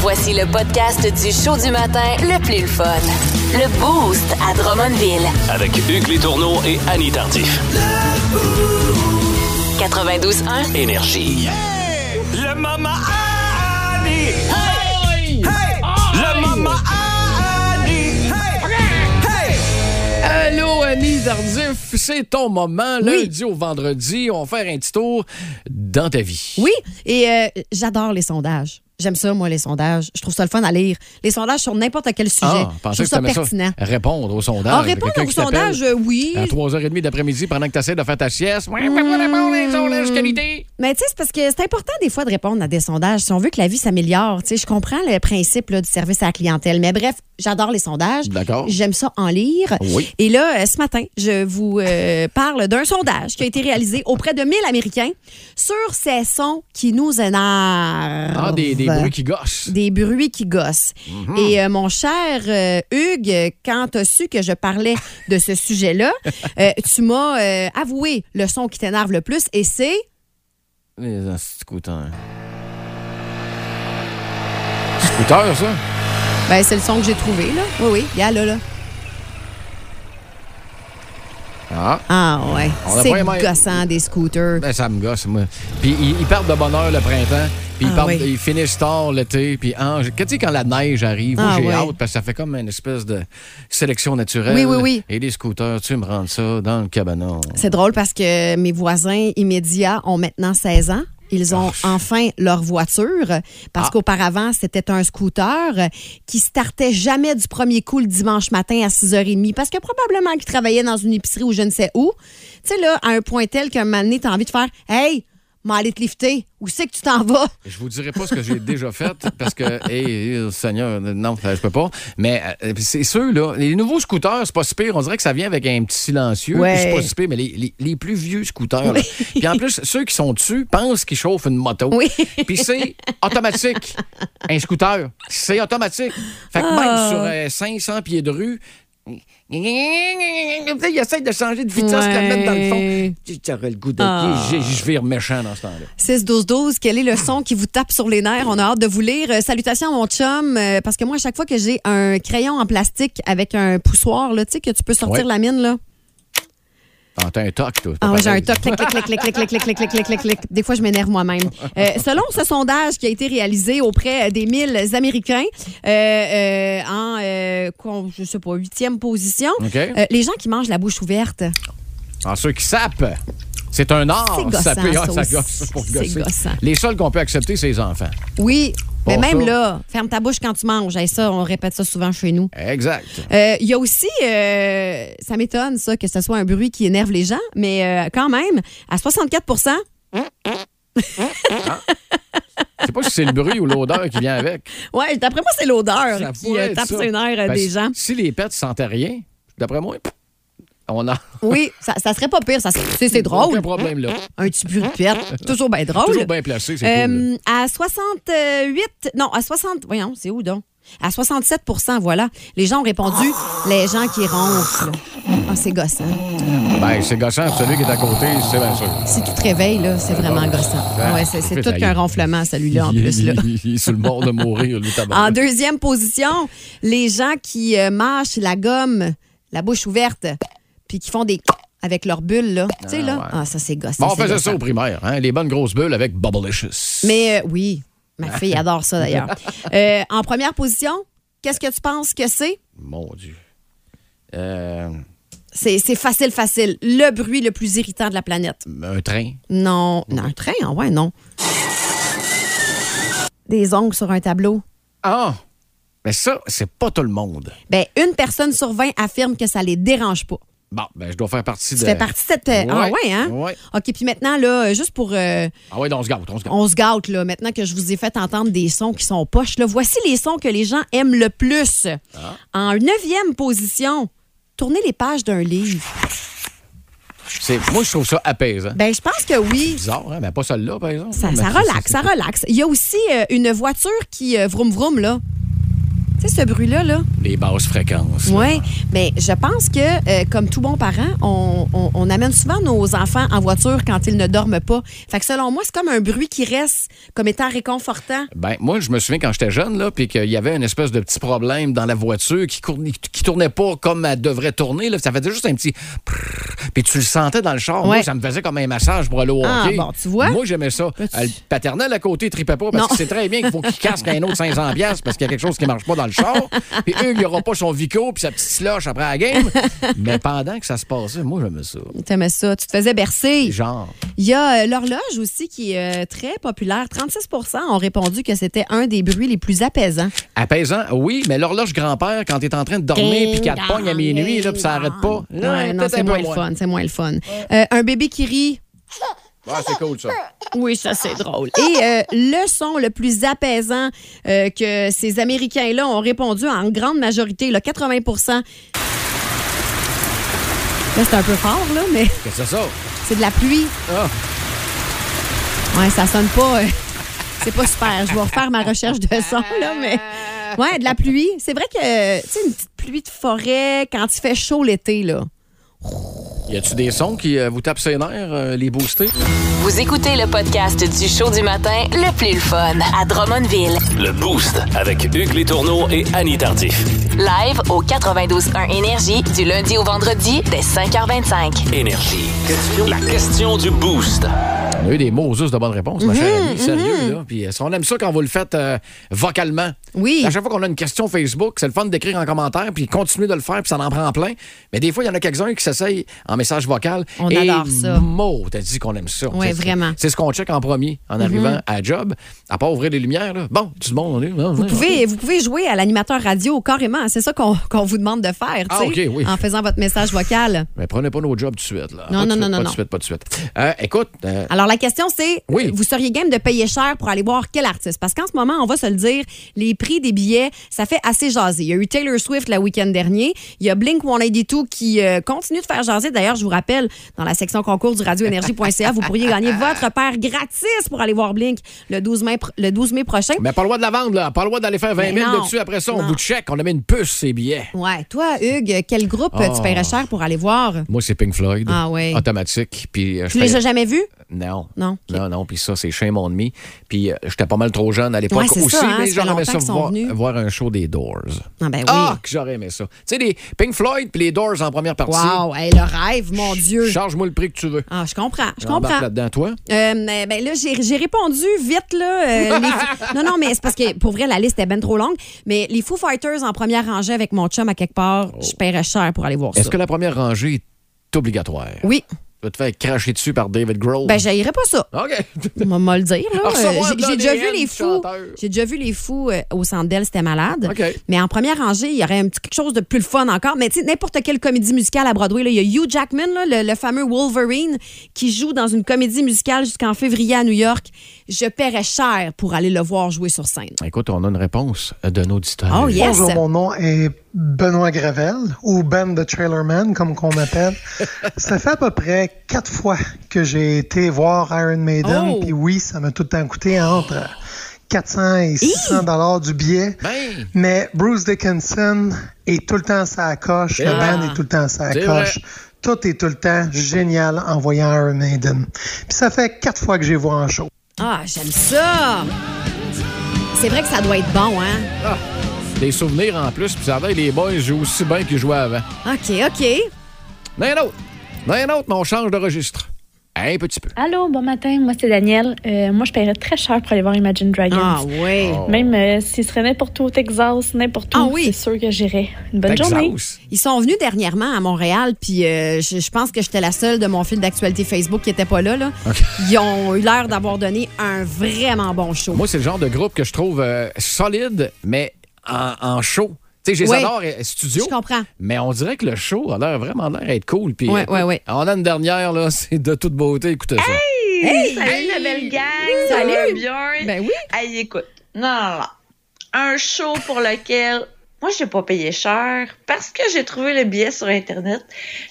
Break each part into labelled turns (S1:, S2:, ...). S1: Voici le podcast du show du matin le plus le fun. Le Boost à Drummondville.
S2: Avec Hugues Létourneau et Annie Tardif.
S1: 92.1.
S2: Énergie.
S3: Le maman Annie! Hey! Hey! Le maman Annie! Hey! Hey!
S4: Allô, Annie Tardif, c'est ton moment. Lundi au vendredi, on va faire un petit tour dans ta vie.
S5: Oui, et euh, j'adore les sondages. J'aime ça, moi, les sondages. Je trouve ça le fun à lire. Les sondages sur n'importe quel sujet.
S4: Ah,
S5: je
S4: pensais
S5: trouve
S4: que
S5: ça
S4: t'aimais
S5: pertinent.
S4: Répondre aux sondages.
S5: Ah, répondre
S4: Quelqu'un
S5: aux
S4: qui t'appelle
S5: sondages, euh, oui.
S4: À 3h30 d'après-midi, pendant que tu essaies de faire ta sieste. Ouais, fais-moi répondre
S5: Mmh.
S4: à un sondage qualité.
S5: Mais tu sais, c'est parce que c'est important des fois de répondre à des sondages si on veut que la vie s'améliore. Tu sais, je comprends le principe là, du service à la clientèle. Mais bref, j'adore les sondages.
S4: D'accord.
S5: J'aime ça en lire.
S4: Oui.
S5: Et là, euh, ce matin, je vous euh, parle d'un sondage qui a été réalisé auprès de 1000 Américains sur ces sons qui nous énervent.
S4: Ah, des,
S5: ben.
S4: des bruits qui gossent.
S5: Des bruits qui gossent.
S4: Mhm.
S5: Et euh, mon cher euh, Hugues, euh, quand tu as su que je parlais de ce sujet-là, euh, tu m'as euh, avoué le son qui t'énerve le plus et c'est.
S4: Les scooters. Scooters, ça?
S5: Ben, c'est le son que j'ai trouvé, là. Oui, oui, il y a là, là.
S4: Ah.
S5: Ah, ouais.
S4: On a
S5: C'est
S4: pas aimé.
S5: gossant des scooters.
S4: Ben, ça me gosse, moi. Puis ils, ils partent de bonne heure le printemps, puis ils,
S5: Ah
S4: partent-
S5: oui.
S4: ils finissent tard l'été, puis en- que- tu sais, quand la neige arrive, moi,
S5: Ah
S4: j'ai
S5: ouais.
S4: hâte, parce que ça fait comme une espèce de sélection naturelle.
S5: Oui, oui, oui.
S4: Et les scooters, tu me rends ça dans le cabanon.
S5: C'est drôle parce que mes voisins immédiats ont maintenant 16 ans. Ils ont enfin leur voiture parce
S4: Ah.
S5: qu'auparavant, c'était un scooter qui startait jamais du premier coup le dimanche matin à 6h30 parce que probablement qu'ils travaillaient dans une épicerie ou je ne sais où. Tu sais, là, à un point tel qu'un moment donné, t'as envie de faire Hey, m'aller te lifter. Où c'est que tu t'en vas?
S4: Je vous dirai pas ce que j'ai déjà fait parce que, hé, hé, Seigneur, non, je peux pas. Mais euh, c'est sûr, là, les nouveaux scooters, c'est pas si pire. On dirait que ça vient avec un petit silencieux.
S5: Ouais.
S4: puis C'est pas si pire, mais les, les- les plus vieux scooters, là. Puis en plus, ceux qui sont dessus pensent qu'ils chauffent une moto.
S5: Oui.
S4: Puis c'est automatique. Un scooter, c'est automatique. Fait que
S5: Ah.
S4: même sur euh, 500 pieds de rue, il essaie de changer de vitesse, de la mettre dans le fond.
S5: Ouais. Ah.
S4: Tu aurais le goût de je- Je vire méchant dans ce temps-là.
S5: 6-12-12, quel est le son qui vous tape sur les nerfs? On a hâte de vous lire. Euh, salutations, mon chum, euh, parce que moi, à chaque fois que j'ai un crayon en plastique avec un poussoir, là, tu sais, que tu peux sortir
S4: Ouais.
S5: la mine, là.
S4: Ah, t'as un toc, toi.
S5: Ah ouais, j'ai un
S4: toc.
S5: toc, clic, clic, clic, clic, clic, clic, clic, clic, clic, clic, clic. Des fois, je m'énerve moi-même. Euh, selon ce sondage qui a été réalisé auprès des 1000 Américains, euh, euh, en, euh, quoi, je sais pas, huitième position,
S4: OK.
S5: euh, les gens qui mangent la bouche ouverte,
S4: En ceux qui sapent. C'est un art.
S5: C'est gossant,
S4: saper. Ah,
S5: ça
S4: ça
S5: aussi.
S4: gosse pour
S5: C'est
S4: gosser.
S5: gossant.
S4: Les seuls qu'on peut accepter, c'est les enfants.
S5: oui, mais
S4: Bon,
S5: même
S4: ça.
S5: là, ferme ta bouche quand tu manges. Hey, ça, on répète ça souvent chez nous.
S4: Exact.
S5: Euh, Il y a aussi, euh, ça m'étonne ça, que ce soit un bruit qui énerve les gens, mais euh, quand même, à 64
S4: Je sais pas si c'est le bruit ou l'odeur qui vient avec.
S5: ouais, d'après moi, c'est
S4: Ça
S5: l'odeur qui
S4: pourrait
S5: euh,
S4: être
S5: tape
S4: ça.
S5: ses nerfs euh,
S4: Parce
S5: des
S4: que
S5: gens.
S4: Si les pets sentaient rien, d'après moi, on a
S5: Oui, ça, ça serait pas pire. Ça, serait- c'est, c'est
S4: aucun
S5: drôle. Oh,
S4: problème là.
S5: Un petit bruit de perte. Toujours bien drôle.
S4: Toujours bien placé, c'est cool, là.
S5: Euh, à 68, non, à 60, voyons, c'est où donc? À 67 voilà, les gens ont répondu les gens qui ronflent. Ah, c'est gossant.
S4: Ben, c'est gossant. Celui qui est à côté, c'est bien sûr.
S5: Si tu te réveilles, là, c'est vraiment gossant.
S4: Ah,
S5: Ouais, c'est, c'est tout qu'un ronflement, celui-là, en
S4: Il-
S5: plus. Là.
S4: il- Il est sur le bord de mourir, lui, tabarnak.
S5: En deuxième position, les gens qui euh, mâchent la gomme, la bouche ouverte, puis qui font des avec leur bulle, là. tu sais, là.
S4: ouais.
S5: Ah, ça, c'est gosse.
S4: Bon, on
S5: c'est
S4: faisait
S5: gossant.
S4: ça au primaire, hein, les bonnes grosses bulles avec Bubblicious.
S5: Mais euh, oui, ma fille adore ça, d'ailleurs. Euh, en première position, qu'est-ce que tu penses que c'est?
S4: Mon Dieu. Euh,
S5: c'est? C'est facile, facile. Le bruit le plus irritant de la planète.
S4: un train.
S5: Non, non un train, ah ouais, non. Des ongles sur un tableau.
S4: Ah! Mais ça, c'est pas tout le monde.
S5: Ben, une personne sur 20 affirme que ça les dérange pas.
S4: Bon, ben, je dois faire partie de.
S5: Tu fais partie de cette.
S4: Ouais,
S5: ah ouais, hein?
S4: ouais.
S5: OK, puis maintenant, là, juste pour. euh,
S4: Ah ouais, donc on se gâte, on se gâte.
S5: on se gâte, là, maintenant que je vous ai fait entendre des sons qui sont poches. Là, voici les sons que les gens aiment le plus.
S4: Ah.
S5: En neuvième position, tourner les pages d'un livre.
S4: C'est- Moi, je trouve ça apaisant.
S5: Ben, je pense que oui.
S4: Bizarre, hein? Mais pas celle-là, par exemple.
S5: Ça,
S4: Mais
S5: ça
S4: c'est-
S5: relaxe,
S4: c'est-
S5: ça relaxe. Il y a aussi euh, une voiture qui euh, vroom vroom, là. Tu Tu sais, ce bruit-là, là.
S4: Les basses fréquences. là.
S5: Oui, mais je pense que, euh, comme tout bon parent, on, on- on amène souvent nos enfants en voiture quand ils ne dorment pas. Fait que selon moi, c'est comme un bruit qui reste comme étant réconfortant.
S4: Ben, moi, je me souviens quand j'étais jeune, là, puis qu'il y avait une espèce de petit problème dans la voiture qui, cour- qui tournait pas comme elle devrait tourner. Là. Ça faisait juste un petit. prrr, Puis tu le sentais dans le char. Moi,
S5: Ouais.
S4: ça me faisait comme un massage pour aller au
S5: Ah,
S4: hockey.
S5: bon, tu vois?
S4: Moi, j'aimais ça.
S5: Là, tu-
S4: Euh, Le paternel à côté, il tripait pas parce
S5: Non.
S4: que c'est très bien qu'il faut qu'il casque un autre 500$ piastres parce qu'il y a quelque chose qui marche pas dans le char. Puis eux, il n'y aura pas son Vico puis sa petite slush après la game. Mais pendant que ça se passait, moi, j'aimais ça.
S5: T'aimais ça, tu te faisais bercer.
S4: Genre.
S5: Il y a euh, l'horloge aussi qui est euh, très populaire. 36 ont répondu que c'était un des bruits les plus apaisants.
S4: Apaisant, oui, mais l'horloge grand-père, quand t'es en train de dormir puis qu'elle te pogne à minuit, là, puis ça arrête pas.
S5: Ouais, non,
S4: peut-être
S5: c'est
S4: un peu
S5: moins le fun. C'est moins le fun. Euh, un bébé qui rit.
S4: Ah, c'est cool, ça.
S5: Oui, ça, c'est drôle. Et euh, le son le plus apaisant euh, que ces Américains-là ont répondu en grande majorité, là, 80 Là, c'est un peu fort, là, mais
S4: Qu'est-ce que c'est ça?
S5: c'est de la pluie.
S4: Ah.
S5: Ouais, ça sonne pas. euh, c'est pas super. Je vais refaire ma recherche de son, là, mais. Ouais, de la pluie. C'est vrai que, euh, tu sais, une petite pluie de forêt quand il fait chaud l'été, là.
S4: Y a-tu des sons qui euh, vous tapent ses nerfs, euh, les boostés?
S1: Vous écoutez le podcast du show du matin le plus le fun à Drummondville.
S2: Le Boost avec Hugues Létourneau et Annie Tardif.
S1: Live au 92.1 Énergie du lundi au vendredi dès 5h25.
S2: Énergie. La question du Boost.
S4: On a eu des mots juste de bonnes réponses, ma
S5: Mhm,
S4: chère amie. Sérieux, là. Puis euh, on aime ça quand vous le faites euh, vocalement.
S5: Oui.
S4: À chaque fois qu'on a une question Facebook, c'est le fun d'écrire en commentaire, puis continuer de le faire, puis ça en prend plein. Mais des fois, il y en a quelques-uns qui s'essayent en message vocal.
S5: On
S4: Et
S5: adore ça.
S4: Mo, t'as dit qu'on aime ça.
S5: Ouais,
S4: C'est-
S5: vraiment. Mhm.
S4: C'est ce qu'on check en premier en arrivant à job. À part ouvrir les lumières, là. Bon, tout le monde, on est.
S5: Vous pouvez, vous pouvez jouer à l'animateur radio carrément. C'est ça qu'on qu'on vous demande de faire,
S4: Ah,
S5: tu sais,
S4: ok, oui.
S5: en faisant votre message vocal.
S4: Mais prenez pas nos jobs tout de suite, là.
S5: Non,
S4: Pas de
S5: non,
S4: suite,
S5: non, non,
S4: Pas de
S5: non.
S4: suite, pas de suite. Euh, écoute, euh,
S5: Alors, la question, c'est
S4: Oui.
S5: euh, vous seriez game de payer cher pour aller voir quel artiste? Parce qu'en ce moment, on va se le dire, les prix des billets, ça fait assez jaser. Il y a eu Taylor Swift le week-end dernier. Il y a Blink 182 qui euh, continue de faire jaser. D'ailleurs, je vous rappelle, dans la section concours du radioénergie.ca, vous pourriez gagner votre paire gratis pour aller voir Blink le 12 mai, pro- le 12 mai prochain.
S4: mais pas le droit de la vendre, là. Pas le droit d'aller faire 20
S5: Mais
S4: 000
S5: non.
S4: dessus. Après ça, on
S5: Non.
S4: vous check. On a mis une puce, ces billets.
S5: Ouais. Toi, Hugues, quel groupe euh, tu
S4: Oh.
S5: paierais cher pour aller voir?
S4: Moi, c'est Pink Floyd.
S5: Ah ouais.
S4: Automatique. Puis, euh,
S5: Tu
S4: je
S5: les
S4: paye-
S5: as jamais vus?
S4: Non.
S5: Non, ok.
S4: Non, non. Puis ça, c'est shame on me. Puis euh, j'étais pas mal trop jeune à
S5: Ouais,
S4: l'époque
S5: c'est ça,
S4: aussi,
S5: hein,
S4: mais
S5: ça fait
S4: j'aurais aimé
S5: longtemps
S4: ça
S5: qu'ils sont
S4: voir,
S5: venus.
S4: voir un show des Doors.
S5: Ah ben oui.
S4: Ah, que j'aurais aimé ça. Tu sais, les Pink Floyd puis les Doors en première partie.
S5: Wow, hey, le rêve, mon Dieu.
S4: Charge-moi le prix que tu veux.
S5: Ah, je comprends, je
S4: Embarque
S5: comprends.
S4: là-dedans, toi.
S5: Euh, mais- ben là, j'ai j'ai répondu vite, là. euh, les- non, non, mais c'est parce que, pour vrai, la liste est bien trop longue. Mais les Foo Fighters en première rangée avec mon chum à quelque part, je paierais cher pour aller voir ça.
S4: Oh. Est-ce que la première rangée est obligatoire?
S5: Oui.
S4: Tu vas te faire cracher dessus par David Grohl.
S5: Ben, j'haïrais pas ça.
S4: OK.
S5: On va me le dire, là.
S4: Ah, recevoir
S5: Euh, j'ai-
S4: de
S5: J'ai déjà vu
S4: l'ADN
S5: les
S4: du
S5: fous.
S4: chanteur.
S5: J'ai déjà vu les fous euh, au Sandel, c'était malade.
S4: OK.
S5: Mais en première rangée, il y aurait un petit quelque chose de plus le fun encore. Mais tu sais, n'importe quelle comédie musicale à Broadway, là, il y a Hugh Jackman, là, le, le fameux Wolverine, qui joue dans une comédie musicale jusqu'en février à New York. Je paierais cher pour aller le voir jouer sur scène.
S4: Écoute, on a une réponse euh, d'un auditeur.
S5: Oh, yes!
S6: Bonjour, mon nom est Benoît Gravel, ou Ben the Trailerman, comme qu'on m'appelle. ça fait à peu près quatre fois que j'ai été voir Iron Maiden,
S5: Oh.
S6: puis oui, ça m'a tout le temps coûté entre 400 et 600 dollars du billet.
S4: Ben.
S6: Mais Bruce Dickinson est tout le temps sa coche, le
S4: vrai.
S6: band est tout le temps sa
S4: C'est
S6: coche. Tout est tout le temps génial en voyant Iron Maiden. Puis ça fait quatre fois que j'ai vu en show.
S5: Ah, j'aime ça! C'est vrai que ça doit être bon, hein?
S4: Des souvenirs en plus, puis ça va, les boys jouent aussi bien qu'ils jouaient avant.
S5: OK, OK.
S4: Mais un autre. Mais un autre, mais on change de registre. Un petit peu.
S7: Allô, bon matin, moi c'est Daniel. Euh, moi je paierais très cher pour aller voir Imagine Dragons.
S5: Ah, oui.
S7: Même euh, s'il serait n'importe où au Texas, n'importe où,
S5: Ah oui.
S7: c'est sûr que j'irais. Une bonne
S4: Texas.
S7: journée.
S5: Ils sont venus dernièrement à Montréal, puis euh, je, je pense que j'étais la seule de mon fil d'actualité Facebook qui n'était pas là. là. Ils ont eu l'air d'avoir donné un vraiment bon show.
S4: Moi, c'est le genre de groupe que je trouve euh, solide, mais en, en show. Tu sais, je les
S5: Oui.
S4: adore, euh, studio.
S5: Je comprends.
S4: Mais on dirait que le show a l'air vraiment l'air d'être cool. Puis,
S5: Ouais,
S4: écoute,
S5: ouais, ouais.
S4: En a une dernière, là, c'est de toute beauté. Écoutez ça.
S8: Salut la belle gang, ça va
S5: salut.
S8: bien?
S5: Ben oui.
S8: Hey, écoute, non, non, non. Un show pour lequel moi j'ai pas payé cher parce que j'ai trouvé le billet sur internet,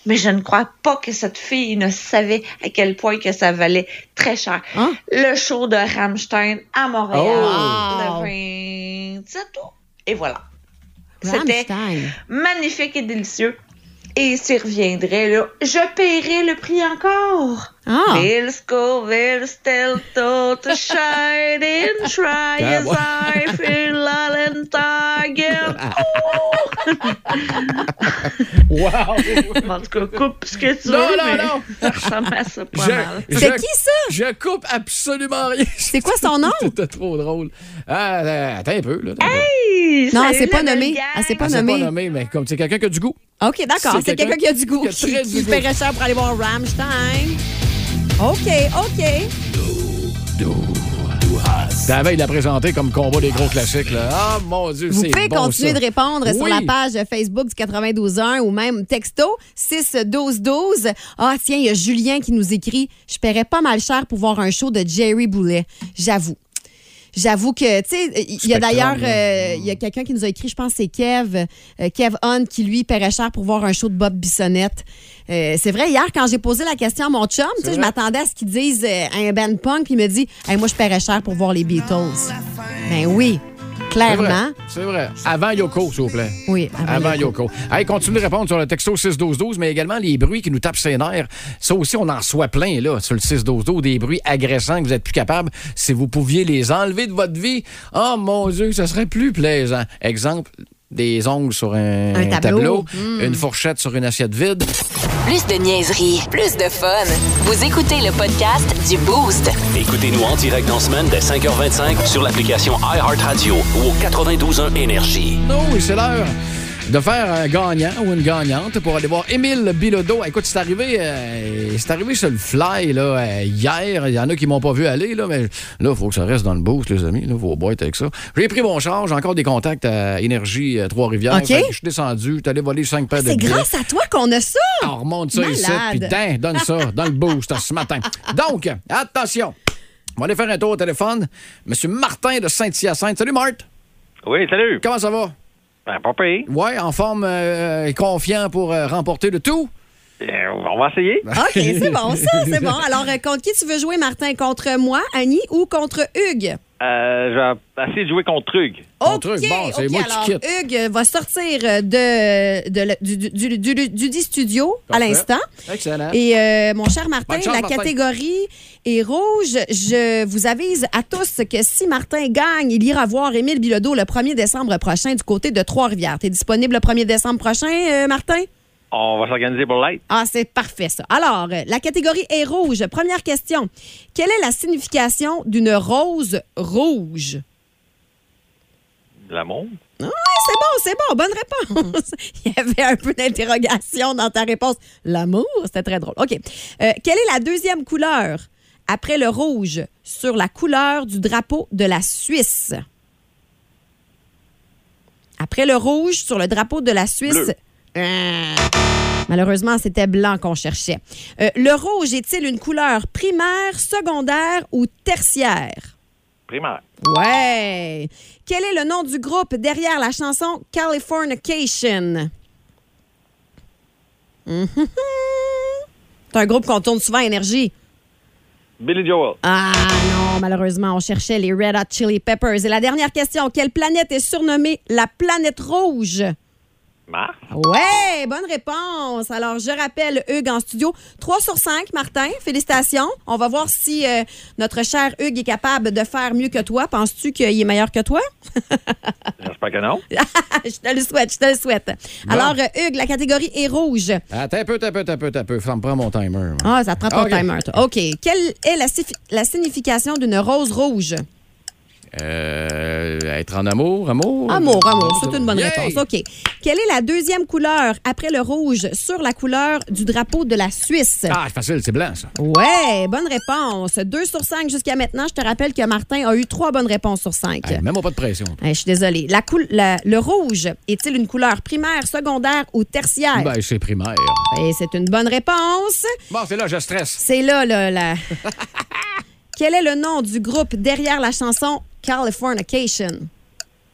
S8: mais je ne crois pas que cette fille ne savait à quel point que ça valait très cher.
S5: Hein?
S8: Le show de Rammstein à Montréal
S4: Oh.
S8: le 27 août. Et voilà. C'était
S5: Rammstein.
S8: magnifique et délicieux. Et s'il reviendrait, là, je paierai le prix encore.
S5: Ah.
S8: Vilsko, vil stelto, to shine in, try as
S4: Ah,
S8: I feel all Oh!
S4: Wow!
S8: En tout cas, coupe ce que tu
S4: Non,
S8: veux.
S4: non,
S8: mais
S4: non.
S8: Ça ressemble à ça pas mal.
S4: Je-
S5: C'est
S4: je-
S5: qui ça?
S4: Je coupe absolument rien.
S5: C'est quoi son nom?
S4: C'était trop drôle. Ah, là, attends un peu. Là, attends un peu.
S8: Hey,
S5: Non, elle
S8: salut
S5: s'est pas
S8: la belle
S5: nommée.
S8: gang.
S5: Elle s'est pas
S4: Ah, c'est
S5: nommée.
S4: mais comme c'est quelqu'un qui a du goût.
S5: OK, d'accord.
S4: C'est
S5: C'est quelqu'un qui a du goût,
S4: qui a
S5: qui,
S4: très
S5: qui
S4: du goût.
S5: paierait cher pour aller voir Rammstein. OK, OK.
S4: D'avant, il l'a présenté comme combat des gros classiques. Là. Ah, mon Dieu,
S5: Vous
S4: c'est
S5: pouvez
S4: bon,
S5: continuer
S4: ça.
S5: de répondre sur
S4: Oui.
S5: la page Facebook du 92.1 ou même texto 6-12-12. Ah, tiens, il y a Julien qui nous écrit Je paierais pas mal cher pour voir un show de Jerry Boulet. J'avoue. J'avoue que, tu sais, il y a
S4: Spectrum,
S5: d'ailleurs,
S4: là.
S5: euh, il y a quelqu'un qui nous a écrit, je pense que c'est Kev, euh, Kev Hunt, qui lui paierait cher pour voir un show de Bob Bissonnette. Euh, c'est vrai, hier, quand j'ai posé la question à mon chum, tu sais, je
S4: vrai.
S5: m'attendais à ce qu'ils disent euh, un band punk, puis il me dit, Hey, moi, je paierais cher pour voir les Beatles. Ben oui,
S4: C'est vrai,
S5: clairement.
S4: C'est vrai. Avant Yoko, s'il vous plaît.
S5: Oui, avant,
S4: Avant Yoko. Hey, continue de répondre sur le texto 61212, mais également les bruits qui nous tapent ses nerfs. Ça aussi, on en reçoit plein, là, sur le 61212, des bruits agressants que vous n'êtes plus capable. Si vous pouviez les enlever de votre vie, oh mon Dieu, ce serait plus plaisant. Exemple, des ongles sur un,
S5: Un tableau. Hmm.
S4: une fourchette sur une assiette vide.
S1: Plus de niaiserie, plus de fun. Vous écoutez le podcast du Boost.
S2: Écoutez-nous en direct en semaine dès 5h25 sur l'application iHeartRadio ou au 92.1 Énergie.
S4: Non, et c'est l'heure de faire un gagnant ou une gagnante pour aller voir Émile Bilodeau. Écoute, c'est arrivé, euh, c'est arrivé sur le fly là, euh, hier. Il y en a qui m'ont pas vu aller, là, mais là, il faut que ça reste dans le boost, les amis. Là, vos boîtes avec ça. J'ai pris mon charge, j'ai encore des contacts à Énergie euh, Trois-Rivières.
S5: OK.
S4: Fait que Je suis descendu, je allé voler cinq paires de
S5: C'est
S4: billets.
S5: grâce à toi qu'on a ça.
S4: On remonte ça ici,
S5: Malade.
S4: puis dang, donne ça dans le boost hein, ce matin. Donc, attention, on va aller faire un tour au téléphone. Monsieur Martin de Saint-Hyacinthe. Salut, Marthe.
S9: Oui, salut.
S4: Comment ça va?
S9: Ben, pas payé.
S4: Ouais, en forme euh, et confiant pour euh, remporter le tout.
S9: Euh, on va essayer.
S4: Ah.
S5: OK, c'est bon, ça, c'est bon. Alors, euh, contre qui tu veux jouer, Martin? Contre moi, Annie, ou contre Hugues?
S9: Euh, je vais essayer de jouer contre Trug.
S4: Mon
S5: OK,
S4: truc, bon, c'est
S5: OK,
S4: moi qui
S5: alors,
S4: quitte.
S5: Hugues va sortir euh, de, de le- du, du, du, du- du- du studio à
S4: Parfait.
S5: l'instant.
S4: Excellent.
S5: Et euh, mon cher Martin,
S4: Bonne chance,
S5: la
S4: Martin.
S5: catégorie est rouge. Je vous avise à tous que si Martin gagne, il ira voir Émile Bilodeau le 1er décembre prochain du côté de Trois-Rivières. T'es disponible le 1er décembre prochain, euh, Martin?
S9: On va s'organiser pour l'aide.
S5: Ah, c'est parfait, ça. Alors, euh, la catégorie est rouge. Première question. Quelle est la signification d'une rose rouge?
S9: De L'amour.
S5: Ah, c'est bon, c'est bon. Bonne réponse. Il y avait un peu d'interrogation dans ta réponse. L'amour, c'était très drôle. OK. Euh, quelle est la deuxième couleur après le rouge sur la couleur du drapeau de la Suisse? Après le rouge sur le drapeau de la Suisse.
S9: Bleu.
S5: Euh, Malheureusement, c'était blanc qu'on cherchait. Euh, le rouge est-il une couleur primaire, secondaire ou tertiaire?
S9: Primaire.
S5: Ouais. Quel est le nom du groupe derrière la chanson Californication? Mhm. C'est un groupe qu'on tourne souvent à énergie.
S9: Billy Joel.
S5: Ah non, malheureusement, on cherchait les Red Hot Chili Peppers. Et la dernière question, quelle planète est surnommée la planète rouge?
S9: Mars.
S5: Ouais, bonne réponse. Alors, je rappelle Hugues en studio. 3 sur 5, Martin. Félicitations. On va voir si euh, notre cher Hugues est capable de faire mieux que toi. Penses-tu qu'il est meilleur que toi?
S9: J'espère que non.
S5: je te le souhaite, je te le souhaite. Alors, euh, Hugues, la catégorie est rouge.
S4: Attends Ah, un peu, attends un peu, attends un peu, attends un peu. Ça me prend mon timer. moi.
S5: Ah, ça te prend ton
S4: OK.
S5: timer, toi. OK. Quelle est la, sifi- la signification d'une rose rouge?
S4: Euh, être en amour, amour.
S5: Amour, amour. C'est une bonne
S4: Yay!
S5: réponse. OK. Quelle est la deuxième couleur après le rouge sur la couleur du drapeau de la Suisse?
S4: Ah, c'est facile, c'est blanc, ça.
S5: Ouais, bonne réponse. 2 sur 5 jusqu'à maintenant. Je te rappelle que Martin a eu trois bonnes réponses sur 5.
S4: Hey, même pas de pression.
S5: je suis désolée. La coul- la- le rouge est-il une couleur primaire, secondaire ou tertiaire?
S4: Ben, c'est primaire.
S5: Et c'est une bonne réponse.
S4: Bon, c'est là, je stresse.
S5: C'est là, là, là. Quel est le nom du groupe derrière la chanson Californication?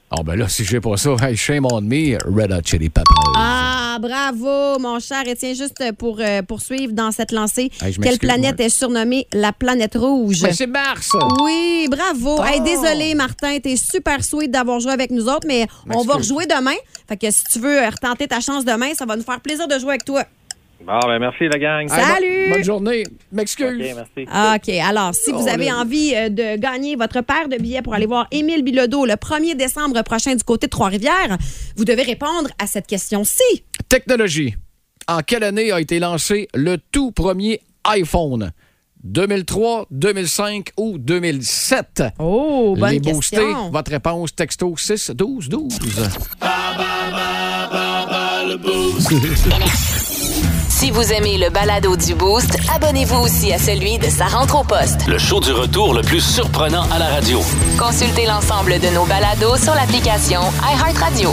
S4: Ah, ben là, si j'ai pas ça, hey, shame on me, Red Hot Chili Peppers.
S5: Ah, bravo, mon cher Étienne. Juste pour euh, poursuivre dans cette lancée,
S4: Hey, je m'excuse,
S5: quelle planète
S4: moi.
S5: est surnommée la planète rouge?
S4: Mais Ben, c'est Mars!
S5: Oui, bravo.
S4: Oh!
S5: Hey, désolé, Martin, t'es super sweet d'avoir joué avec nous autres, mais on va
S4: M'excuse.
S5: rejouer demain. Fait que si tu veux euh, retenter ta chance demain, ça va nous faire plaisir de jouer avec toi.
S9: Bon, ben merci, la gang.
S4: Hey, bo-
S5: Salut!
S4: bonne journée. M'excuse.
S9: OK,
S3: ben.
S9: merci.
S5: Ah, OK. Alors, si vous
S4: Oh,
S5: avez
S4: là.
S5: envie euh, de gagner votre paire de billets pour aller voir Émile Bilodeau le 1er décembre prochain du côté de Trois-Rivières, vous devez répondre à cette question-ci.
S4: Technologie. En quelle année a été lancé le tout premier iPhone? 2003, 2005 ou 2007?
S5: Oh, bonne
S4: Les boostés,
S5: question.
S4: votre réponse texto 6 12 12.
S1: Si vous aimez le balado du Boost, abonnez-vous aussi à celui de sa rentre au poste.
S2: Le show du retour le plus surprenant à la radio.
S1: Consultez l'ensemble de nos balados sur l'application iHeartRadio.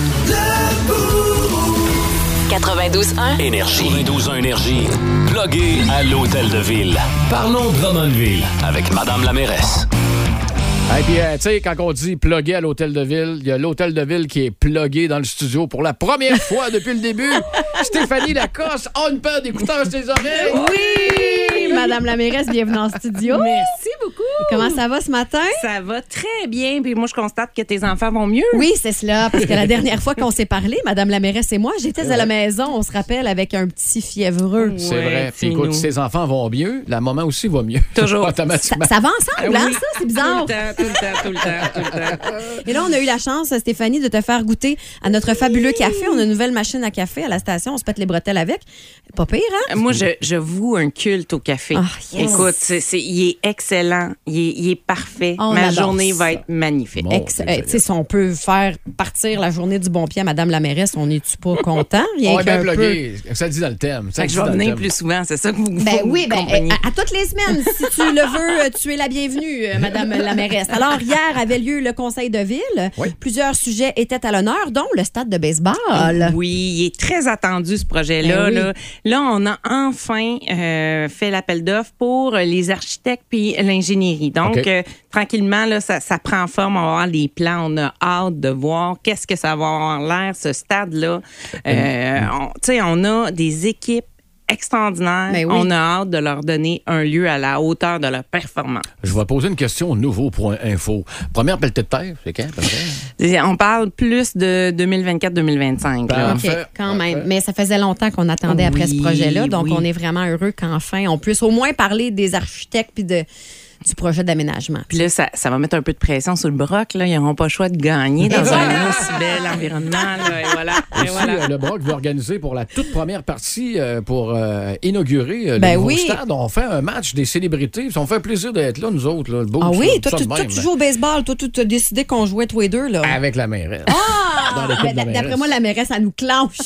S1: 92.1,
S2: Énergie. 12 énergie. Plugué à l'hôtel de ville. Parlons Drummondville avec Madame la mairesse.
S4: Et puis, euh, tu sais, quand on dit plugué à l'hôtel de ville, il y a l'hôtel de ville qui est plugué dans le studio pour la première fois depuis le début. Stéphanie Lacoste a une paire d'écouteurs sur les oreilles.
S5: Oui! Madame la mairesse, bienvenue en studio.
S10: Merci beaucoup.
S5: Comment ça va ce matin?
S10: Ça va très bien. Puis moi, je constate que tes enfants vont mieux.
S5: Oui, c'est cela, parce que la dernière fois qu'on s'est parlé, Madame la mairesse et moi, j'étais à la maison, on se rappelle, avec un petit fiévreux.
S10: Oui.
S4: C'est
S10: Ouais,
S4: vrai. Puis écoute,
S10: Tino.
S4: ses enfants vont mieux, la maman aussi va mieux.
S10: Toujours.
S5: Ça,
S4: Automatiquement.
S5: ça va ensemble, hein,
S10: Ben, Oui.
S5: ça? C'est bizarre.
S10: Tout le temps, tout le temps, tout le temps, tout le temps.
S5: Et là, on a eu la chance, Stéphanie, de te faire goûter à notre fabuleux café. On a une nouvelle machine à café à la station. On se pète les bretelles avec. Pas pire, hein?
S10: Moi, je, je voue un culte au café.
S5: Ah, yes.
S10: Écoute, c'est, c'est- il est excellent, il est, il est parfait.
S5: On
S10: Ma
S5: adore
S10: journée
S5: ça.
S10: va être magnifique.
S4: Bon.
S5: Ex- euh, tu sais, si on peut faire partir la journée du bon pied à Madame la mairesse, on n'est-tu pas content? Rien
S4: On est bien
S5: qu'un peu.
S4: plugué. Ça dit dans le thème. Ça
S10: Fait que
S4: dit
S10: je vais
S4: dans le
S10: venir
S4: thème.
S10: plus souvent, c'est ça que vous
S5: Ben
S10: vous
S5: oui, ben,
S10: compagniez.
S5: à, à toutes les semaines, si tu le veux, euh, tu es la bienvenue, euh, Madame la mairesse. Alors, hier avait lieu le conseil de ville.
S4: Oui.
S5: Plusieurs sujets étaient à l'honneur, dont le stade de baseball.
S10: Eh Oui, il est très attendu ce projet-là.
S5: Ben oui.
S10: là. Là, on a enfin euh, fait l'appel d'offres pour euh, les architectes puis l'ingénierie. Donc,
S4: OK.
S10: euh, tranquillement, là, ça, ça prend forme. On va avoir des plans. On a hâte de voir qu'est-ce que ça va avoir l'air, ce stade-là. Euh, on- Tu sais, on a des équipes extraordinaires.
S5: Ben oui.
S10: Hein, On a hâte de leur donner un lieu à la hauteur de leur performance.
S4: Je vais poser une question au nouveau.info. Première pelletée de terre, c'est quand, à peu près?
S10: On parle plus de 2024-2025. là.
S5: OK,
S4: Parfait,
S5: quand
S4: parfait.
S5: même. Mais ça faisait longtemps qu'on attendait après ce
S10: Oui,
S5: projet-là, donc
S10: oui.
S5: on est vraiment heureux qu'enfin on puisse au moins parler des architectes puis de du projet d'aménagement.
S10: Puis là, ça, ça va mettre un peu de pression sur le broc. Là. Ils n'auront pas le choix de gagner dans un aussi bel environnement. là. Et voilà. Et
S4: Aussi,
S10: voilà.
S4: euh, le Broc va organiser pour la toute première partie euh, pour euh, inaugurer euh, le
S5: Ben
S4: nouveau
S5: oui.
S4: stade. On fait un match des célébrités. Ça, On fait plaisir d'être là, nous autres. Là, le beau,
S5: Ah
S4: ça,
S5: oui, toi,
S4: ça
S5: tu,
S4: de
S5: toi,
S4: même.
S5: tu joues au baseball, toi tu as décidé qu'on jouait tous les deux là.
S4: Avec la mairesse. dans
S5: Ah!
S4: l'équipe
S5: Ben,
S4: de la
S5: D'après
S4: mairesse.
S5: moi, la mairesse, elle nous clenche.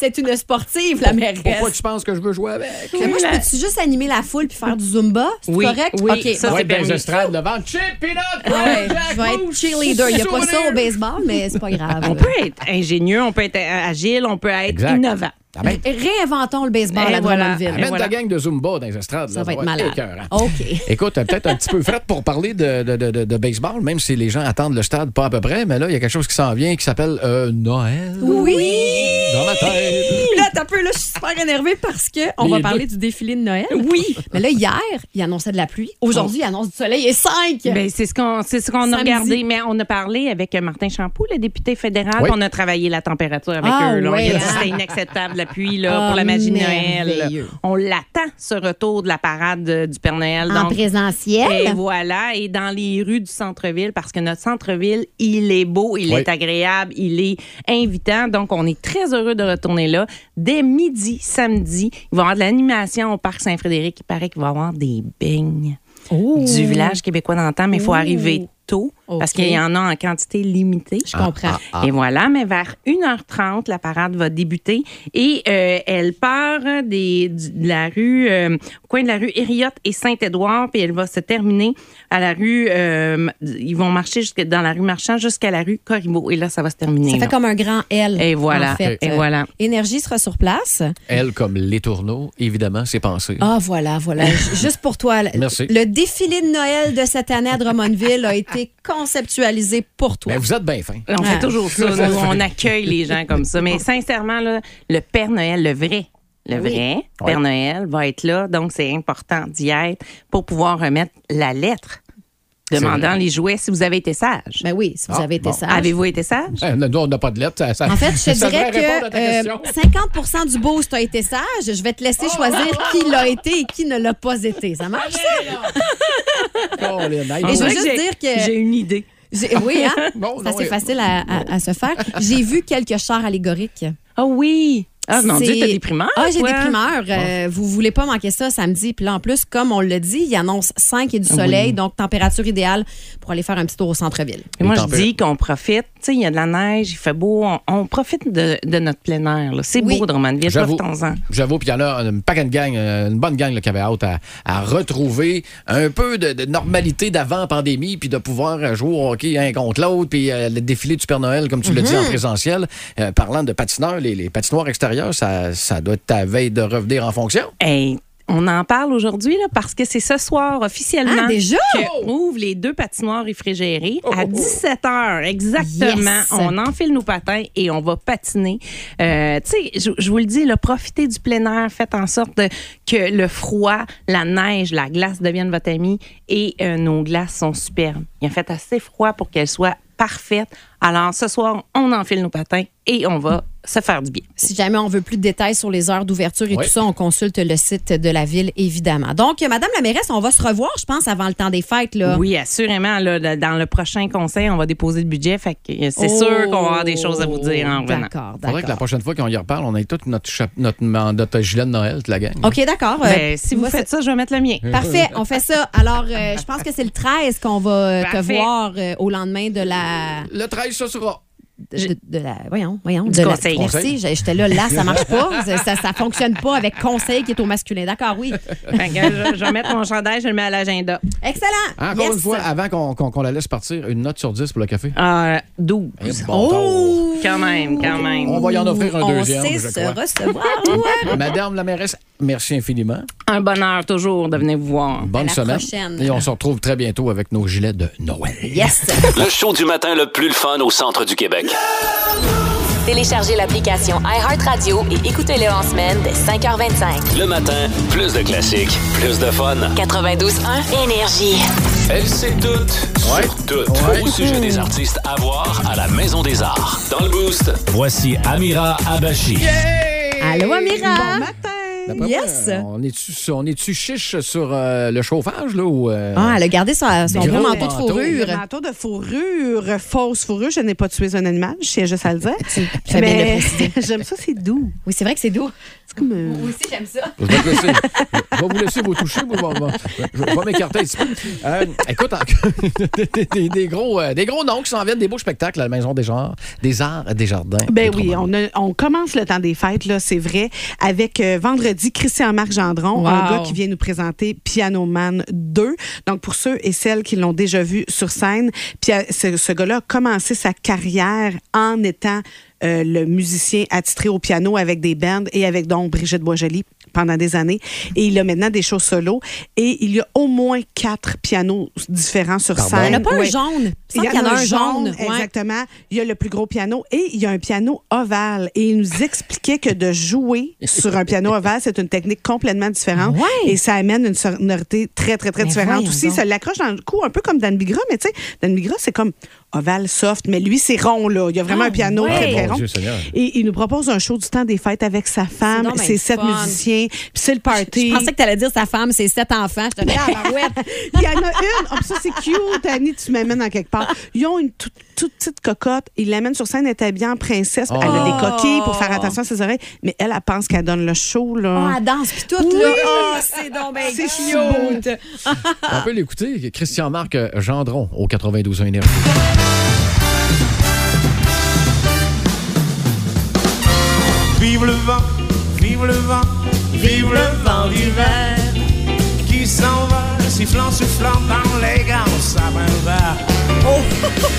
S5: C'est une sportive, la mairesse.
S4: Pourquoi tu penses que je veux jouer avec?
S5: Mais moi, je peux-tu juste animer la foule puis faire du Zumba? C'est
S10: Oui,
S5: correct?
S10: oui,
S5: OK,
S10: ça,
S5: bon.
S4: On va
S10: c'est
S4: être dans les
S10: permis.
S4: estrades devant Chip Peanut,
S5: Ah ouais,
S4: Brian Jack,
S5: je vais être
S4: Moose,
S5: cheerleader. Il n'y a pas ça au
S4: Souvenir.
S5: baseball, mais c'est pas grave.
S10: On peut être ingénieux, on peut être agile, on peut être
S4: Exact.
S10: innovant.
S4: Ah ben,
S5: Réinventons le baseball
S10: Et
S5: à
S10: voilà.
S5: Drummondville.
S4: amène
S10: voilà.
S4: ta gang de Zumba dans les estrades.
S5: Ah, ben, Ça
S4: là,
S5: va être
S4: écœurant.
S5: malade. OK.
S4: Écoute, euh, peut-être un petit peu frette pour parler de, de- de- de baseball, même si les gens attendent le stade pas à peu près, mais là, il y a quelque chose qui s'en vient qui s'appelle euh, Noël.
S5: Oui!
S4: Dans ma tête.
S5: Là, t'as peu, là, je suis super énervée parce qu'on
S4: Les
S5: va
S4: deux.
S5: parler du défilé de Noël.
S10: Oui.
S5: Mais là, hier, il annonçait de la pluie. Aujourd'hui, il annonce du soleil et 5.
S10: Ben, c'est ce qu'on c'est ce qu'on a
S5: Samedi.
S10: regardé, mais on a parlé avec euh, Martin Champoux, le député fédéral,
S4: Oui.
S10: puis on a travaillé la température avec
S5: Ah,
S10: eux. là. On
S5: ouais,
S10: lui a dit
S5: hein?
S10: c'était inacceptable la pluie là,
S5: Ah,
S10: pour la magie de Noël. là.
S5: merveilleux.
S10: On l'attend, ce retour de la parade euh, du Père Noël.
S5: en
S10: Donc, Et
S5: présentiel.
S10: voilà, et dans les rues du centre-ville, parce que notre centre-ville, il est beau, il
S4: Oui.
S10: est agréable, il est invitant. Donc, on est très heureux de retourner là. Dès midi, samedi, il va y avoir de l'animation au Parc Saint-Frédéric. Il paraît qu'il va y avoir des beignes du village québécois d'antan, mais il faut
S5: Ouh.
S10: arriver tôt, parce
S5: OK.
S10: qu'il y en a Ah, en quantité limitée.
S5: Je comprends.
S10: Et voilà, mais vers 1h30, la parade va débuter et euh, elle part des, du- de la rue, euh, au coin de la rue Hériotte et Saint-Édouard, puis elle va se terminer à la rue, euh, ils vont marcher jusque dans la rue Marchand jusqu'à la rue Corriveau. Et là, ça va se terminer.
S5: Ça fait
S10: là.
S5: comme un grand L.
S10: Et voilà,
S5: en fait.
S10: et
S5: Euh,
S10: voilà.
S5: Énergie sera sur place.
S4: Elle, comme les tourneaux, évidemment, c'est pensé.
S5: Ah, voilà, voilà. Ah, J- Juste pour toi. le-
S4: Merci.
S5: Le défilé de Noël de cette année à Drummondville a été c'est conceptualisé pour toi. Ah.
S4: Ben, vous êtes bien fin.
S10: On fait toujours Ah. ça.
S4: Ça,
S10: nous,
S4: ça.
S10: on accueille les gens comme ça. Mais sincèrement, là, le Père Noël, le vrai, le vrai Père Noël va être là. Donc, c'est important d'y être pour pouvoir remettre la lettre demandant les jouets si vous avez été sage.
S5: Ben oui, si vous avez été
S4: Ah, bon.
S5: sage.
S10: Avez-vous été sage?
S4: Eh, nous, on n'a pas de lettre. Ça, ça-
S5: En fait, je te
S4: ça
S5: dirais
S4: devrait répondre à ta
S5: que
S4: question. Oh!
S5: euh, 50 du boost a été sage. Je vais te laisser choisir qui l'a été et qui ne l'a pas été. Ça marche, ça?
S4: Colin, hein? hey,
S5: Et je veux
S10: Ah, Ouais.
S5: juste
S10: J'ai-
S5: dire que-
S10: Ben, J'ai une idée.
S5: J'ai- Oui, hein?
S10: Oh,
S4: Bon,
S5: C'est
S4: non,
S5: assez
S4: oui.
S5: facile à, à- à se faire. J'ai vu quelques chars allégoriques.
S10: Ah oui! Ah mon Dieu,
S5: C'est-
S10: t'as des primeurs.
S5: Ah, j'ai
S10: toi.
S5: des primeurs. Euh, vous voulez pas manquer ça samedi. Puis là, en plus, comme on le dit, il annonce 5 et
S10: Ah
S5: du soleil, donc température idéale pour aller faire un petit tour au centre-ville.
S10: Mais moi,
S4: Les
S10: je dis qu'on profite. Tu sais, il y a de la neige, il fait beau. On, on profite de, de notre plein air. là. C'est
S5: Oui.
S10: beau, Drummondville.
S4: J'avoue.
S10: Profitons-en.
S4: J'avoue, puis il y en a une paquet de gang, euh, une bonne gang là, qui avait hâte à, à retrouver un peu de, de normalité d'avant pandémie, puis de pouvoir euh, jouer au hockey un contre l'autre, puis euh, le défilé du Père Noël, comme tu le dis en présentiel. Euh, parlant de patineurs, les, les patinoires extérieures, ça, ça doit être ta veille de revenir en fonction.
S10: Hey, on en parle aujourd'hui là, parce que c'est ce soir officiellement
S5: Ah, déjà? Oh,
S10: que ouvrent les deux patinoires réfrigérées à 17h exactement.
S5: Yes.
S10: On enfile nos patins et on va patiner. Euh, tu sais, je- je vous le dis, là, profitez du plein air, faites en sorte de- que le froid, la neige, la glace deviennent votre ami et euh, nos glaces sont superbes. Il a fait assez froid pour qu'elles soient parfaites. Alors ce soir, on enfile nos patins et on va se faire du bien.
S5: Si jamais on veut plus de détails sur les heures d'ouverture et
S4: Oui.
S5: tout ça, on consulte le site de la ville, évidemment. Donc, euh, Madame la mairesse, on va se revoir, je pense, avant le temps des fêtes. Là.
S10: Oui, assurément. là, de- dans le prochain conseil, on va déposer le budget. Fait que euh, c'est
S5: Oh.
S10: sûr qu'on va avoir des choses à vous dire en revenant.
S5: D'accord,
S4: Faudrait que la
S5: d'accord.
S4: prochaine fois qu'on y reparle, on ait tout notre, chape- notre, notre gilet de Noël, toute la gang.
S5: OK, d'accord. Euh,
S10: Ben, si vous
S5: moi,
S10: faites ça, je vais mettre le mien.
S5: Parfait, on fait ça. Alors, euh, je pense que c'est le 13 qu'on va euh, te
S10: Parfait.
S5: voir euh, au lendemain de la...
S4: Le 13, ce sera.
S5: De, de la voyons, voyons.
S10: Du
S5: de la-
S10: conseil.
S5: merci, j'ai- j'étais là, là, ça marche pas. Ça, ça, ça fonctionne pas avec conseil qui est au masculin. D'accord, oui.
S10: Fait que je, je vais mettre mon chandail, je le mets à l'agenda.
S5: Excellent.
S4: Encore
S5: Yes.
S4: une fois, avant qu'on qu'on- qu'on la laisse partir, une note sur 10 pour le café.
S10: Euh, 12.
S4: Eh, bon tour.
S5: Ah. Oh!
S10: Quand même, quand même.
S4: On va y en offrir un
S5: on
S4: deuxième,
S5: sait
S4: je
S5: se
S4: crois.
S5: recevoir. Ouais.
S4: Madame la mairesse, merci infiniment.
S10: Un bonheur toujours de venir vous voir.
S4: Bonne
S5: la
S4: semaine.
S5: prochaine.
S4: Et on se retrouve très bientôt avec nos gilets de Noël.
S5: Yes.
S2: Le show du matin le plus le fun au centre du Québec.
S1: Téléchargez l'application iHeartRadio et écoutez-le en semaine dès 5h25.
S2: Le matin, plus de classiques, plus de fun.
S1: 92.1 Énergie.
S2: Elle sait tout sur tout au sujet des artistes à voir à la Maison des Arts. Dans le boost, voici Amira Abachi.
S5: Allô, Amira.
S4: D'après moi,
S5: Yes.
S4: euh, on est-tu on est-tu chiche sur euh, le chauffage, là? Ou, euh,
S5: Ah, elle a gardé son, son
S4: Des
S5: gros
S4: gros
S5: manteau de
S4: manteaux.
S5: fourrure.
S11: Le manteau de fourrure, fausse fourrure, je n'ai pas tué un animal, je tiens juste à le dire.
S5: fais bien de le préciser.
S11: j'aime ça, c'est doux.
S5: Oui, c'est vrai que c'est doux.
S11: C'est comme euh,
S5: Moi aussi, j'aime ça.
S4: Je vais, te laisser- je vais vous laisser vous toucher. vous- vous- vous- je vais m'écarter un petit peu. Euh, écoute, en- des, des- des gros, euh, des gros noms qui s'en viennent, des beaux spectacles à la Maison des, genres, des Arts et des Jardins.
S11: Ben
S4: Autrement.
S11: oui, on, a- on commence le temps des fêtes, là, c'est vrai, avec euh, vendredi, Christian-Marc Gendron,
S5: Wow.
S11: un gars qui vient nous présenter Piano Man 2. Donc, pour ceux et celles qui l'ont déjà vu sur scène, puis euh, ce, ce gars-là a commencé sa carrière en étant euh, le musicien attitré au piano avec des bands et avec donc Brigitte Boisjoli pendant des années. Et il a maintenant des shows solo. Et il y a au moins quatre pianos différents sur
S4: Pardon?
S11: scène.
S5: Il n'y en a pas un
S11: Ouais.
S5: jaune. Il me semble qu'il y en a un jaune. Ouais.
S11: Exactement. Il y a le plus gros piano et il y a un piano ovale. Et il nous expliquait que de jouer sur un piano ovale, c'est une technique complètement différente.
S5: Ouais.
S11: Et ça amène une sonorité très, très, très
S5: Mais
S11: différente
S5: voyons
S11: aussi.
S5: donc.
S11: Ça l'accroche dans le cou, un peu comme Dan Bigra, mais tu sais, Dan Bigra, c'est comme ovale soft, mais lui, c'est rond, là. Il y a vraiment
S5: Ah,
S11: un piano
S5: ouais.
S11: très, très
S4: Oh, Mon
S11: rond.
S4: Dieu Seigneur.
S11: Et il nous propose un show du temps des fêtes avec sa femme,
S5: donc bien
S11: ses sept
S5: fun.
S11: musiciens, puis c'est le party.
S5: Je pensais que tu allais dire sa femme, ses sept enfants. Je te dis, ah, barouette.
S11: Il y en a une. Oh, ça, c'est cute, Annie, tu m'amènes en quelque part. Ils ont une toute, toute petite cocotte. Ils l'amènent sur scène, elle est habillée en princesse. Elle a
S5: Oh.
S11: des coquilles pour faire attention à ses oreilles. Mais elle, elle pense qu'elle donne le show,
S5: Ah,
S11: là.
S5: elle danse puis tout,
S11: Oui.
S5: là. Ah, c'est donc bien
S11: C'est si
S5: cute.
S4: On peut l'écouter. Christian-Marc Gendron au 92 Énergie.
S3: Vive le vent, vive le vent, vive le vent d'hiver qui s'en va, sifflant, soufflant dans les gants, ça va. Oh,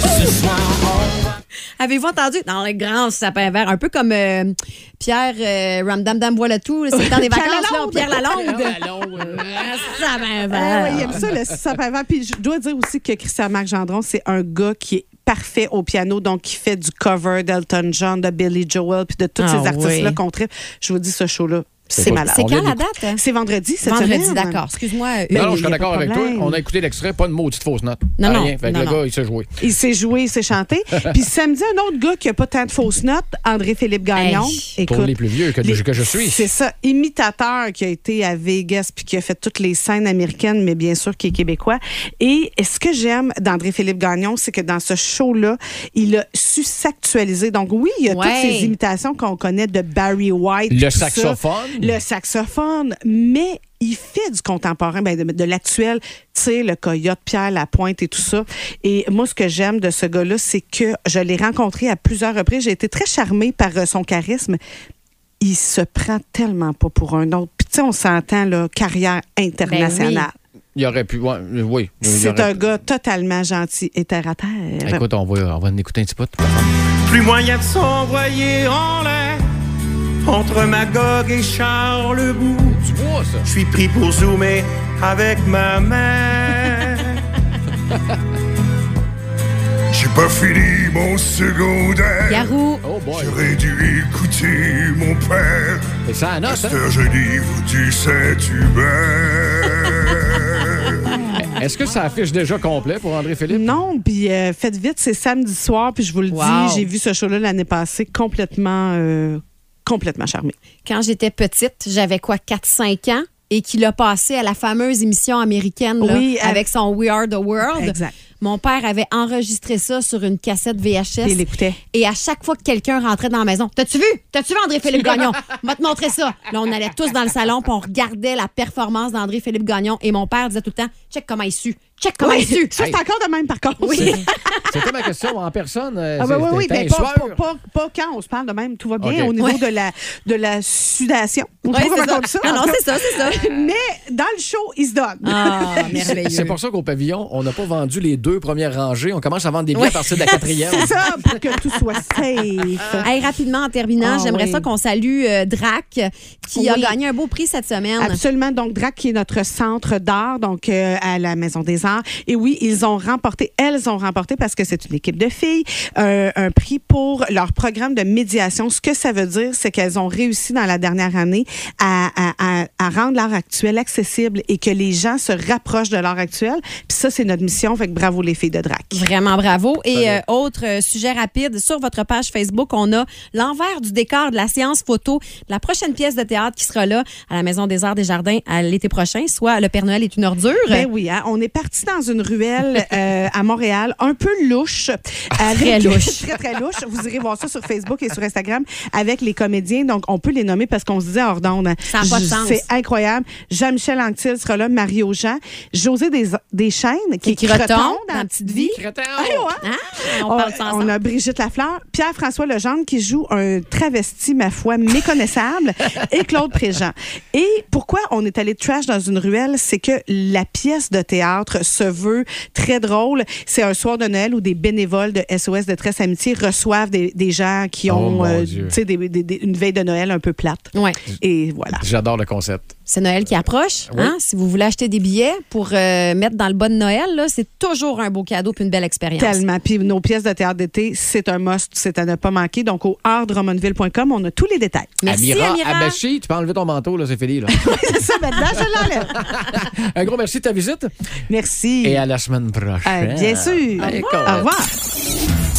S3: ce soir, on va.
S5: Avez-vous entendu? Dans le grand sapin vert, un peu comme euh, Pierre euh, Ramdamdam voilà tout, là, c'est le temps des
S11: Pierre
S5: vacances, là,
S11: Lalonde.
S5: Pierre Lalonde.
S11: Pierre
S5: euh, sapin
S11: Ah
S5: vert.
S11: ouais, il aime ça, le sapin vert. Puis je dois dire aussi que Christian Marc Gendron, c'est un gars qui est parfait au piano, donc qui fait du cover d'Elton John, de Billy Joel, puis de tous
S5: Ah
S11: ces artistes-là
S5: oui.
S11: qu'on traite. Je vous dis, ce show-là,
S5: C'est
S11: c'est malade.
S5: quand la date?
S11: C'est vendredi, cette
S5: Vendredi,
S11: semaine.
S5: d'accord. Excuse-moi.
S11: Mais
S4: non, non, je
S11: y a
S4: suis d'accord
S11: pas de
S4: avec toi.
S11: problème.
S4: On a écouté l'extrait, pas de maudite fausse note.
S11: Non, non,
S4: Rien. Fait que
S11: non,
S4: le
S11: non.
S4: gars, il s'est joué.
S11: Il s'est joué, il s'est chanté. Puis samedi, un autre gars qui n'a pas tant de fausses notes, André-Philippe Gagnon.
S4: Pour les plus vieux que, que je suis.
S11: C'est ça, imitateur qui a été à Vegas puis qui a fait toutes les scènes américaines, mais bien sûr qui est québécois. Et ce que j'aime d'André-Philippe Gagnon, c'est que dans ce show-là, il a su s'actualiser. Donc oui, il y a
S5: Ouais.
S11: toutes ces imitations qu'on connaît de Barry White.
S4: Le
S11: tout ça.
S4: saxophone.
S11: le saxophone, mais il fait du contemporain, ben, de, de l'actuel, tu sais, le coyote, Pierre Lapointe et tout ça. Et moi, ce que j'aime de ce gars-là, c'est que je l'ai rencontré à plusieurs reprises. J'ai été très charmée par euh, son charisme. Il se prend tellement pas pour un autre. Puis, tu sais, on s'entend, là, carrière internationale.
S4: Il aurait pu. ouais, euh, oui. il
S11: C'est
S4: aurait-
S11: un gars totalement gentil et terre à terre.
S4: Écoute, on va, on va en écouter un petit peu.
S3: Plus moyen de s'envoyer en l'air entre Magog et Charlebourg. Je suis pris pour zoomer avec ma mère.
S12: J'ai pas fini mon secondaire.
S5: Garou.
S12: J'aurais dû écouter mon père.
S4: Et ça, hein?
S12: à je livre du Saint-Hubert.
S4: Est-ce que ça affiche déjà complet pour André-Philippe?
S11: Non, puis euh, faites vite, c'est samedi soir, puis je vous le dis, j'ai vu ce show-là l'année passée complètement, euh, complètement charmé.
S5: Quand j'étais petite, j'avais quoi, 4-5 ans? Et qu'il a passé à la fameuse émission américaine là,
S11: Oui, à-
S5: avec son We Are the World.
S11: Exact.
S5: Mon père avait enregistré ça sur une cassette VHS.
S11: Il l'écoutait.
S5: Et à chaque fois que quelqu'un rentrait dans la maison, t'as-tu vu? T'as-tu vu André-Philippe Gagnon? Va te montrer ça. Là, on allait tous dans le salon, puis on regardait la performance d'André-Philippe Gagnon. Et mon père disait tout le temps, check comment il sue. Check comment il sue.
S11: Ça, c'est encore de même, par contre.
S5: Oui.
S4: C'était ma question en personne. euh,
S11: Ah ben oui,
S4: c'était-
S11: oui,
S4: t'es
S11: mais pas,
S4: sûr?
S11: pas- pas- pas quand on se parle de même, tout va bien
S4: Ok.
S11: au niveau
S4: Ouais.
S11: de, la, de la sudation. On
S5: Ouais,
S11: trouve
S5: c'est
S11: comment
S5: ça. Ah Non,
S11: on dit ça. en
S5: non,
S11: tout
S5: c'est ça,
S11: cas.
S5: c'est ça.
S11: Mais dans le show, il se donne.
S5: Ah,
S4: C'est- C'est pour ça qu'au pavillon, on n'a pas vendu les deux premières rangées. On commence à vendre des billets à partir de la quatrième.
S11: C'est ça, pour que tout soit safe.
S5: Hey, rapidement, en terminant,
S11: Ah,
S5: j'aimerais
S11: oui.
S5: ça qu'on salue euh, Drac, qui a
S11: Oui.
S5: gagné un beau prix cette semaine.
S11: Absolument. Donc, DRAC, qui est notre centre d'art, donc euh, à la Maison des Arts. Et oui, ils ont remporté, elles ont remporté, parce que c'est une équipe de filles, euh, un prix pour leur programme de médiation. Ce que ça veut dire, c'est qu'elles ont réussi dans la dernière année à, à- à- à rendre l'art actuel accessible et que les gens se rapprochent de l'art actuel. Puis ça, c'est notre mission. Fait que bravo les filles de DRAC.
S5: Vraiment bravo. Et euh, autre euh, sujet rapide, sur votre page Facebook, on a l'envers du décor de la séance photo de la prochaine pièce de théâtre qui sera là à la Maison des Arts des Jardins à l'été prochain, soit Le Père Noël est une ordure.
S11: Ben oui, hein, on est parti dans une ruelle euh, à Montréal, un peu louche. avec-
S5: louche.
S11: très, très louche. Vous irez voir ça sur Facebook et sur Instagram avec les comédiens. Donc, on peut les nommer parce qu'on se disait hors d'onde. hein.
S5: Ça a pas de sens.
S11: C'est incroyable. Jean-Michel Anctil sera là, Mario Jean, José Des Deschênes, qui est
S5: qui retombe
S11: Creton
S5: dans Petite Vie.
S11: Ah, ouais.
S5: Hein? on parle de ça ensemble.
S11: Ah, on a Brigitte Lafleur, Pierre-François Legendre qui joue un travesti, ma foi, méconnaissable, et Claude Préjean. Et pourquoi on est allé trash dans une ruelle, c'est que la pièce de théâtre se veut très drôle. C'est un soir de Noël où des bénévoles de SOS Détresse Amitié reçoivent des, des gens qui
S4: Oh,
S11: ont
S4: mon
S11: euh,
S4: Dieu.
S11: tu sais, des- des- des- une veille de Noël un peu plate.
S5: Ouais.
S11: Et voilà.
S4: J'adore le concept.
S5: C'est Noël qui approche.
S4: Oui.
S5: hein? Si vous voulez acheter des billets pour euh, mettre dans le bon Noël, là, c'est toujours un beau cadeau puis une belle expérience.
S11: Tellement. Puis nos pièces de théâtre d'été, c'est un must, c'est à ne pas manquer. Donc au artdrummondville.com, on a tous les détails.
S4: Amira, Abachi, tu peux enlever ton manteau, là, c'est fini. Là.
S11: C'est ça, maintenant, je l'enlève.
S4: un gros merci de ta visite.
S11: Merci.
S4: Et à la semaine prochaine.
S11: Euh, bien sûr.
S4: Allez,
S11: Au revoir.
S4: cool.
S11: Au revoir.